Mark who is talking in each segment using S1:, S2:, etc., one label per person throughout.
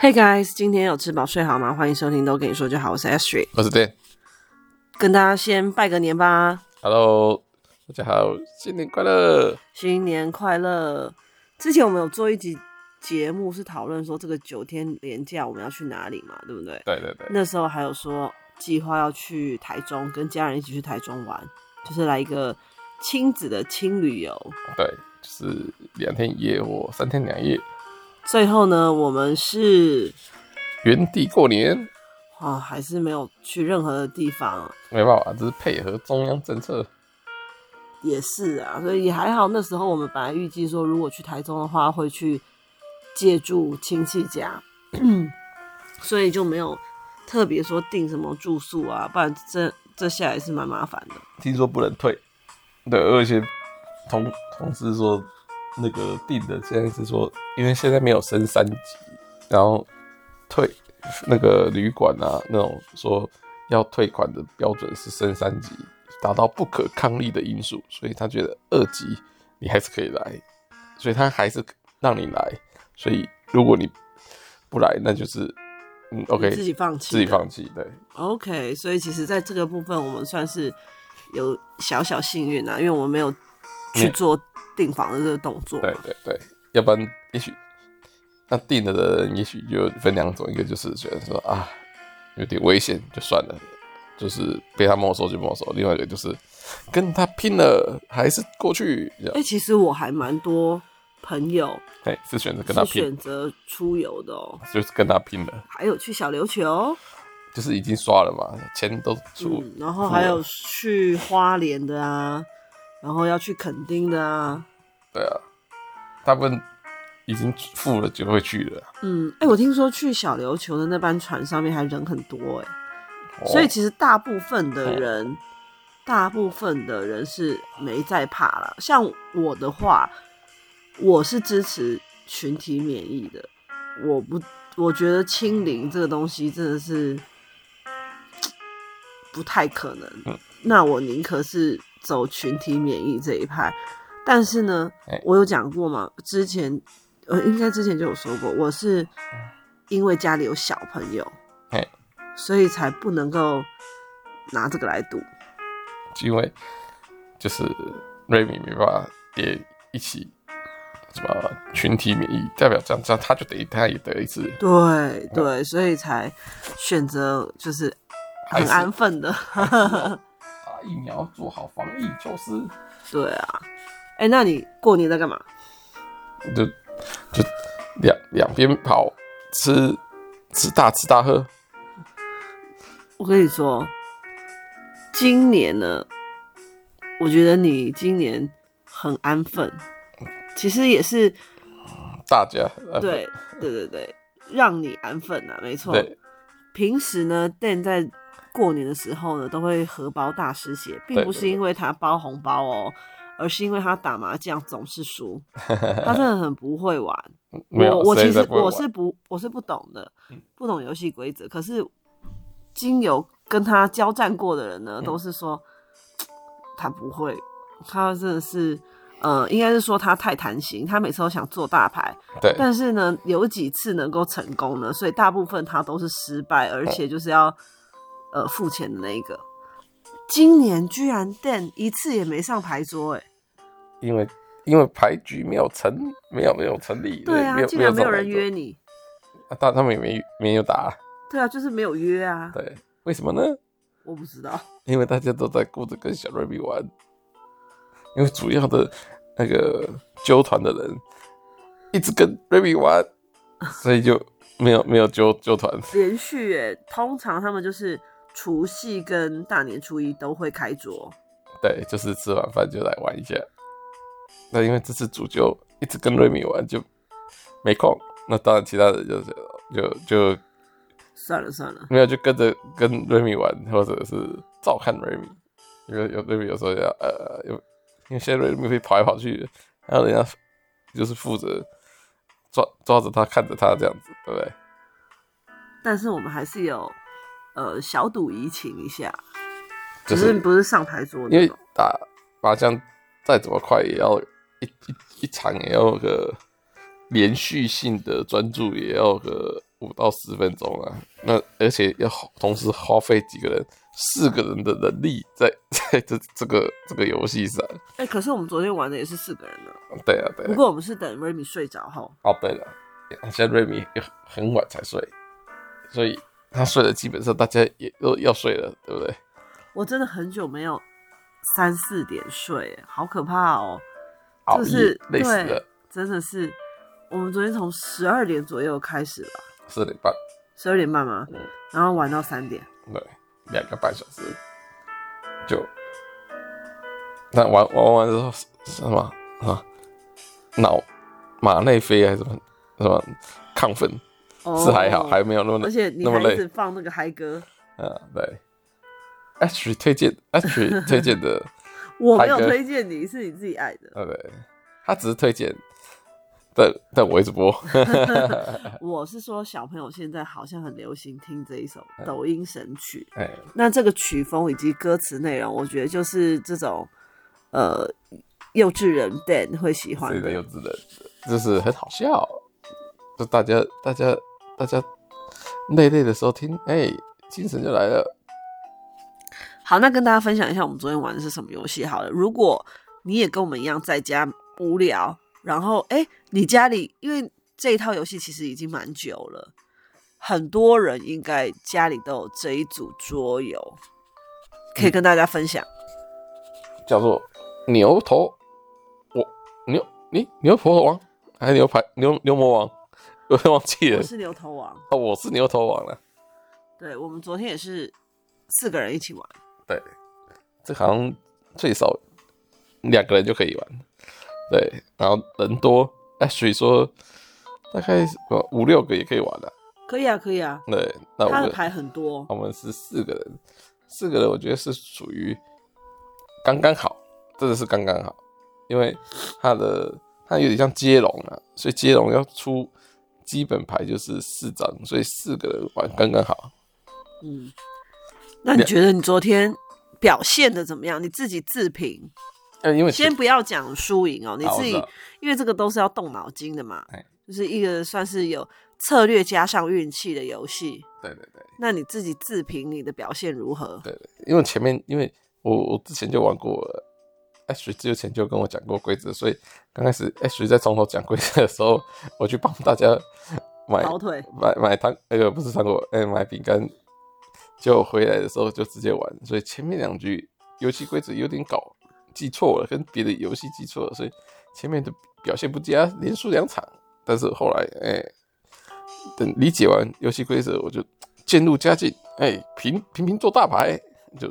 S1: Hey guys，今天有吃饱睡好吗？欢迎收听都跟你说就好，我是 Ashley，
S2: 我是 Dan，Hello，
S1: 跟大家先拜个年吧，
S2: 大家好，新年快乐！
S1: 新年快乐！之前我们有做一集节目是讨论说这个九天连假我们要去哪里嘛，对不对？
S2: 对对对，
S1: 那时候还有说计划要去台中，跟家人一起去台中玩，就是来一个亲子的轻旅游。
S2: 对，就是两天一夜或三天两夜，
S1: 最后呢，我们是
S2: 原地过年，
S1: 啊、还是没有去任何的地方，
S2: 没办法，这是配合中央政策。
S1: 也是啊，所以也还好。那时候我们本来预计说，如果去台中的话，会去借住亲戚 家，所以就没有特别说订什么住宿啊，不然这这下来是蛮麻烦的。
S2: 听说不能退，对，而且同同事说那个定的现在是说，因为现在没有升三级，然后退那个旅馆啊那种说要退款的标准是升三级，达到不可抗力的因素，所以他觉得二级你还是可以来，所以他还是让你来，所以如果你不来，那就是嗯，OK，
S1: 自己放弃
S2: 自己
S1: 的
S2: 放弃，对，
S1: OK，所以其实在这个部分，我们算是有小小幸运啊，因为我们没有去
S2: 没
S1: 做订房的这个动作。
S2: 对对对，要不然也许那定了的人，也许就分两种，一个就是觉得说啊有点危险就算了，就是被他没收就没收；，另外一个就是跟他拼了，还是过去，这
S1: 哎、
S2: 样
S1: 其实我还蛮多朋友
S2: 哎，是选择跟他
S1: 是
S2: 拼，
S1: 选择出游的哦、
S2: 就是跟他拼了，
S1: 还有去小琉球。
S2: 就是已经刷了嘛，钱都出，
S1: 嗯，然后
S2: 付
S1: 还
S2: 了
S1: 有去花莲的啊，然后要去垦丁的啊，
S2: 对啊，大部分已经付了就会去了，
S1: 嗯，哎、我听说去小琉球的那班船上面还人很多哎、
S2: 哦
S1: 所以其实大部分的人，大部分的人是没在怕啦。像我的话，我是支持群体免疫的，我不，我觉得清零这个东西真的是不太可能。
S2: 嗯
S1: 那我宁可是走群体免疫这一派，但是呢，
S2: 哎
S1: 我有讲过嘛，之前呃，应该之前就有说过，我是因为家里有小朋友，
S2: 哎，
S1: 所以才不能够拿这个来赌。
S2: 因为就是瑞米没办法也一起什么群体免疫，代表这样这样他就得他也得一次，
S1: 对对，所以才选择就是
S2: 还
S1: 很
S2: 是
S1: 安分的。
S2: 打疫苗做好防疫措施，
S1: 对啊，哎、那你过年在干嘛？
S2: 就就两两边跑，吃吃大吃大喝，
S1: 我跟你说，今年呢，我觉得你今年很安分，其实也是
S2: 大家呃
S1: 对对对对，让你安分啊，没错。
S2: 对
S1: 平时呢，Dan 在过年的时候呢，都会荷包大失血，并
S2: 对
S1: 不是
S2: 对
S1: 因为他包红包哦，而是因为他打麻将总是 输，他真的很不会玩。
S2: 没有
S1: 我我其
S2: 谁在
S1: 实
S2: 不会
S1: 我
S2: 玩嗯
S1: 是不我是不懂的，不懂游戏规则。可是经由跟他交战过的人
S2: 嗯
S1: 呢，都是说嘖他不会，他真的是。呃，应该是说他太贪心，他每次都想做大牌，
S2: 对
S1: 但是呢，有几次能够成功呢，所以大部分他都是失败，而且就是要呃付钱的那一个。今年居然 Dan 一次也没上牌桌、欸，哎，
S2: 因为因为牌局没有成没有没有成立，
S1: 对啊
S2: 没，有
S1: 竟然没
S2: 没
S1: 有
S2: 这种
S1: 人约你，
S2: 动作，但他们也没没有打，
S1: 对啊，就是没有约啊，
S2: 对，为什么呢？
S1: 我不知道，
S2: 因为大家都在顾着跟小瑞比玩，因为主要的那个纠团的人一直跟瑞比玩，所以就没有没有纠纠团。
S1: 连续哎、通常他们就是除夕跟大年初一都会开桌，
S2: 对，就是吃完饭就来玩一下。那因为这次主就一直跟瑞米玩，就没空。那当然，其他人就是就就
S1: 算了算了，
S2: 没有就跟着跟瑞米玩，或者是照看瑞米，因为有瑞米有时候要呃有，因为现在瑞米会跑来跑去，然后人家就是负责抓抓着他看着他这样子，对不对？
S1: 但是我们还是有呃小赌怡情一下，
S2: 就
S1: 只
S2: 是
S1: 是不是上牌桌
S2: 因
S1: 那
S2: 为
S1: 种，
S2: 打麻将再怎么快也要一一一场也要个连续性的专注，也要个五到十分钟啊，那而且要花同时花费几个人，四个人的能力在 在这这个这个游戏上。
S1: 哎、可是我们昨天玩的也是四个人呢，
S2: 对啊，对
S1: 不
S2: 啊。
S1: 过我们是等 Remy 睡着后，
S2: 哦，对了，现在瑞米也很晚才睡，所以他睡了，基本上大家也都要睡了，对不对？
S1: 我真的很久没有三四点睡，好可怕哦！
S2: 熬
S1: 就
S2: 夜
S1: 是
S2: 累死
S1: 对
S2: 了，
S1: 真的是，我们昨天从十二点左右开始吧，
S2: 四点半，
S1: 十二点半嘛
S2: 嗯，
S1: 然后玩到三点，
S2: 对，两个半小时就那玩玩完之后是是什么啊？脑马内飞还是什么什么亢奋？
S1: 哦
S2: 是还好，还没有那么累
S1: 而且你
S2: 那么
S1: 还
S2: 累
S1: 一直放那个嗨歌，
S2: 啊，对。H 推荐 H 推荐的，
S1: 我没有
S2: 嗨歌
S1: 推荐你，是你自己爱的，
S2: 呃，对，他只是推荐，但但我一直播，嗯
S1: 我是说小朋友现在好像很流行听这一首
S2: 嗯
S1: 抖音神曲，
S2: 哎，
S1: 那这个曲风以及歌词内容，我觉得就是这种呃幼稚人 Dan 会喜欢
S2: 这个
S1: 的
S2: 幼。稚的，就是很好笑，就大家大家大家累累的时候听，哎，精神就来了。
S1: 好，那跟大家分享一下我们昨天玩的是什么游戏好了。如果你也跟我们一样在家无聊，然后哎、诶你家里因为这一套游戏其实已经蛮久了，很多人应该家里都有这一组桌游，可以跟大家分享。
S2: 叫做牛头，我牛你牛婆王还是牛排牛牛魔王， 我忘记了
S1: 我，是牛头王，
S2: 哦，我是牛头王了。
S1: 对我们昨天也是四个人一起玩。
S2: 对，这好像最少两个人就可以玩。对，然后人多，哎，所以说大概是呃五六个也可以玩的、
S1: 可以啊，可以啊，
S2: 对，那呃我哦
S1: 他的
S2: 们
S1: 牌很多，
S2: 我们是四个人，四个人我觉得是属于刚刚好，真的是刚刚好，因为它的它有点像接龙啊，所以接龙要出基本牌就是四张，所以四个人玩刚刚好。
S1: 嗯，那你觉得你昨天表现的怎么样？你自己自评，
S2: 嗯，因 为
S1: 先不要讲输赢哦，你
S2: 好
S1: 自己
S2: 的，
S1: 因为这个都是要动脑筋的嘛
S2: 哎，
S1: 就是一个算是有策略加上运气的游戏。
S2: 对对对。
S1: 那你自己自评你的表现如何？
S2: 对，因为前面因为我我之前就玩过了，Ash 之前就跟我讲过规则，所以刚开始 Ash 在从头讲规则的时候，我去帮大家买
S1: 跑 腿，
S2: 买买糖，那个不是糖果，哎、买饼干，结果回来的时候就直接玩，所以前面两局游戏规则有点搞记错了，跟别的游戏记错了，所以前面的表现不佳，连输两场，但是后来哎、等理解完游戏规则，我就渐入佳境，哎、平平平做大牌，就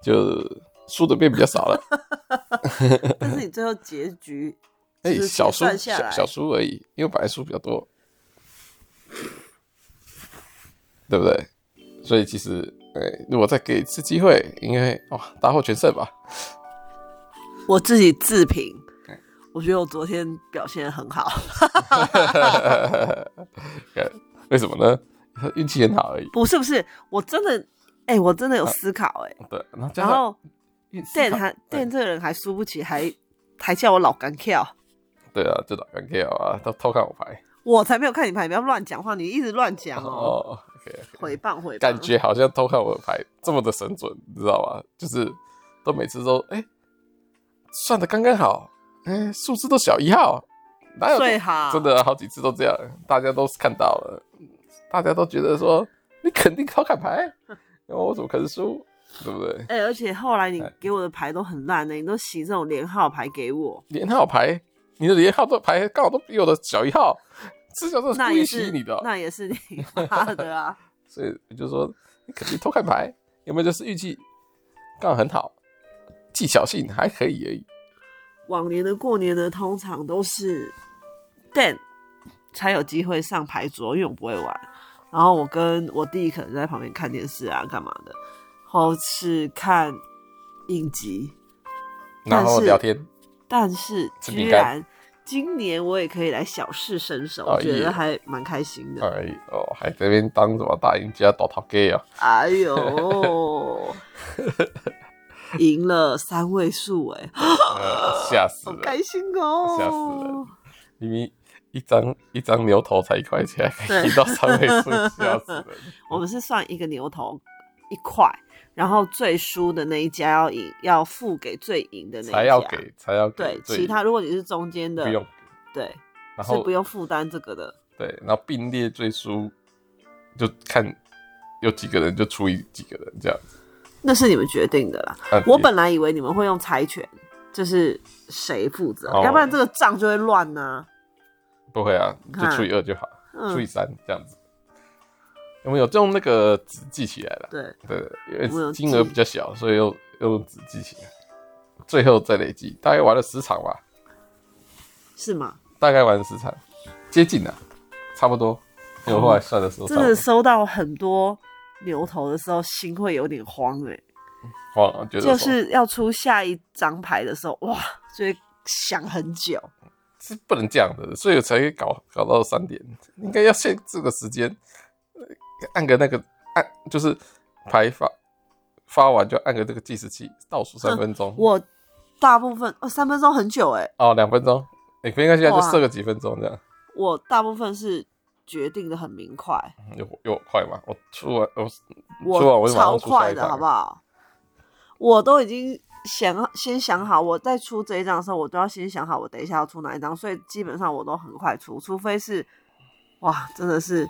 S2: 就输的变比较少了，，
S1: 但是你最后结局
S2: 哎、
S1: 就是
S2: 小
S1: 结
S2: 输
S1: 算下
S2: 小
S1: 来，
S2: 小输而已，因为本来输比较多，对不对？所以其实，哎、如果再给一次机会，应该哇大获全胜吧。
S1: 我自己自评
S2: 对。
S1: 我觉得我昨天表现得很好，
S2: 看为什么呢？运气很好而已。
S1: 不是不是，我真的，哎、我真的
S2: 呃
S1: 有思考、哎、
S2: 对，然后加
S1: 然
S2: 上
S1: 后
S2: 运哎气
S1: 店
S2: 好
S1: 还
S2: 对
S1: 店这个人还输不起，还还叫我老干跳，
S2: 对啊，就打干 K 啊，都偷看我牌。
S1: 我才没有看你牌，你不要乱讲话，你一直乱讲哦，
S2: 哦，OK，
S1: 毁谤毁谤。
S2: 感觉好像偷看我的牌这么的神准，你知道吗？就是都每次都哎、算的刚刚好，哎、数字都小一号，哪有这
S1: 最好
S2: 真的好几次都这样，大家都是看到了，大家都觉得说你肯定偷看牌，我怎么可能输？对不对？
S1: 哎、而且后来你
S2: 哎
S1: 给我的牌都很烂的、你都洗这种连号牌给我，
S2: 连号牌，你的连号的牌刚好都比我的小一号，至少都是
S1: 那
S2: 故
S1: 也
S2: 意洗
S1: 是
S2: 你的哦，
S1: 那也是你发的 啊。
S2: 所以我就说你肯定偷看牌，有没有就是运气刚好很好，技巧性还可以而已。
S1: 往年的过年呢，通常都是 Dan 才有机会上牌桌，因为我不会玩。然后我跟我弟可能在旁边看电视啊，干嘛的，或是看影集。
S2: 然后
S1: 但是
S2: 聊天，
S1: 但是
S2: 吃
S1: 居
S2: 饼干
S1: 然今年我也可以来小试身手，
S2: 哦
S1: 我觉
S2: 耶
S1: 得还蛮开心的。
S2: 哎哦，还在那边当什么大赢家、倒逃 gay 啊？
S1: 哎呦，赢了三位数哎、
S2: 呃，吓死
S1: 好
S2: 了！
S1: 开心哦！
S2: 吓死人明明一张一张牛头才一块 钱，
S1: 对
S2: 一到三位数，吓 死人。
S1: 我们是算一个牛头一块，然后最输的那一家要赢，要付给最赢的那一家。
S2: 才要给，才要给
S1: 对，
S2: 最
S1: 其他如果你是中间的，
S2: 不用，
S1: 对，
S2: 然
S1: 是
S2: 后
S1: 不用负担这个的。
S2: 对，然后并列最输，就看有几个人就除以几个人这样子。
S1: 那是你们决定的啦。
S2: 啊
S1: 我
S2: 也
S1: 本来以为你们会用猜拳，就是谁负责，
S2: 哦
S1: 要不然这个账就会乱呐、
S2: 不会啊，就
S1: 啊
S2: 除以二就好，除以
S1: 嗯，
S2: 三这样子。有没有用那个纸记起来了？
S1: 对，
S2: 对，因
S1: 我有
S2: 为
S1: 记
S2: 金额比较小，所以又又用纸记起来，最后再累积，大概玩了十场吧，
S1: 是吗？
S2: 大概玩了十场，接近了，差不多。因为我后来算的时候差
S1: 哦真
S2: 不
S1: 的
S2: 多，
S1: 收到很多牛头的时候，心会有点慌哎、
S2: 哇，我觉
S1: 就
S2: 得说
S1: 是要出下一张牌的时候，哇，就会想很久。
S2: 是不能这样的，所以我才搞搞到三点，应该要限制个时间，呃按个那个按就是牌发发完就按个这个计时器，倒数三分钟，
S1: 嗯我大部分哦三分钟很久哎、
S2: 哦两分钟，你不应该现在就
S1: 哇
S2: 设个几分钟这样，
S1: 我大部分是决定的很明快，
S2: 有有快吗？我出完我出完
S1: 我
S2: 我就马
S1: 超
S2: 上出下
S1: 快
S2: 一
S1: 的
S2: 张，
S1: 好不好？我都已经想先想好，我在出这一张的时候，我都要先想好我等一下要出哪一张，所以基本上我都很快出，除非是哇，真的是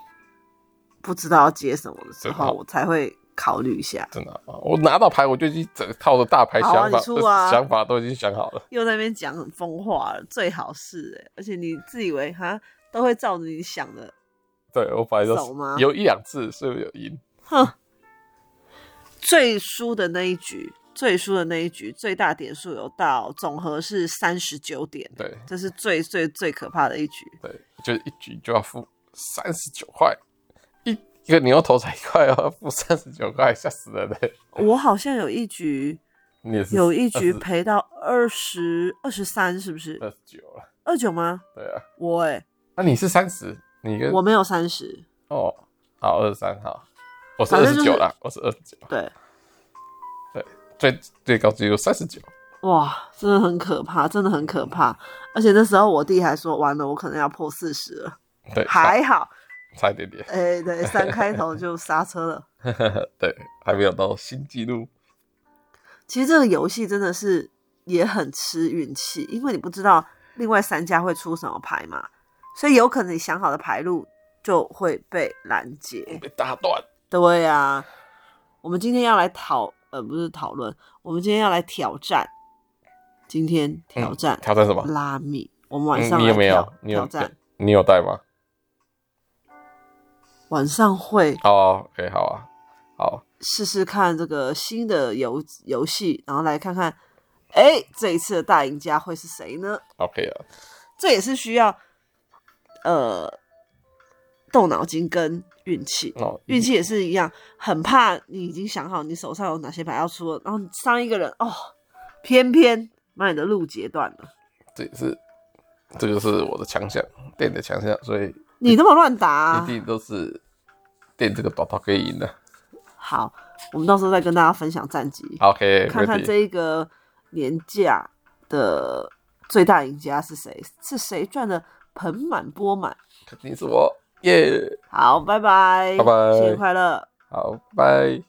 S1: 不知道要接什么的时
S2: 真好
S1: 候，我才会考虑一下。
S2: 真的啊、我拿到牌我就已经整套的大牌
S1: 好啊
S2: 想法、
S1: 你出啊
S2: 想法都已经想好了，
S1: 又在那边讲很疯话了，最好是哎、而且你自以为哈都会照着你想的，
S2: 对我本来就
S1: 走吗
S2: 有一两次是不是有赢？
S1: 哼，最输的那一局，最输的那一局，最大点数有到总和是三十九点，
S2: 对
S1: 这是最最最可怕的一局。
S2: 对，就是一局就要付三十九块，一一个牛头才一块哦， 要付三十九块，吓死人嘞！
S1: 我好像有一局，
S2: 你也是
S1: 有一局赔到二十二十三，是不是
S2: 二十九了，
S1: 二九吗？
S2: 对啊，
S1: 我哎、
S2: 那、你是三十，你跟
S1: 我没有三十，
S2: 哦，好二十三好，我是
S1: 反
S2: 二
S1: 正
S2: 十
S1: 就是
S2: 九啦，我是二十九，
S1: 对，
S2: 最最高只有三十九，
S1: 哇，真的很可怕，真的很可怕。而且那时候我弟还说，完了，我可能要破四十了，
S2: 对，差
S1: 还好，
S2: 差一点 点，
S1: 哎、对，三开头就刹车了。
S2: 对，还没有到新纪录，
S1: 其实这个游戏真的是也很吃运气，因为你不知道另外三家会出什么牌嘛，所以有可能你想好的牌路就会被拦截。
S2: 被打断，
S1: 对呀、啊，我们今天要来讨呃不是讨论，我们今天要来挑战，今天挑战、
S2: 嗯挑战什么？
S1: 拉米，我们晚上
S2: 嗯你
S1: 来
S2: 有没
S1: 挑
S2: 有？你有
S1: 挑战，
S2: 你有带吗？
S1: 晚上会
S2: 哦，OK，好啊，好，
S1: 试试看这个新的游游戏，然后来看看，哎，这一次的大赢家会是谁呢？
S2: OK 啊，
S1: 这也是需要呃动脑筋跟运气。
S2: 哦，
S1: 运气也是一样，很怕你已经想好你手上有哪些牌要出了，然后上一个人哦，偏偏把你的路截断了。
S2: 这也是这个是我的强项，电的强项，所以
S1: 你那么乱啊答、
S2: 一定都是电这个短套可以赢的。
S1: 好，我们到时候再跟大家分享战绩，
S2: OK，
S1: 看看
S2: ready
S1: 这一个年假的最大赢家是谁，是谁赚的盆满钵满。
S2: 肯定是我，耶、
S1: 好，拜拜，
S2: 拜拜
S1: 新年快乐。
S2: 好，拜。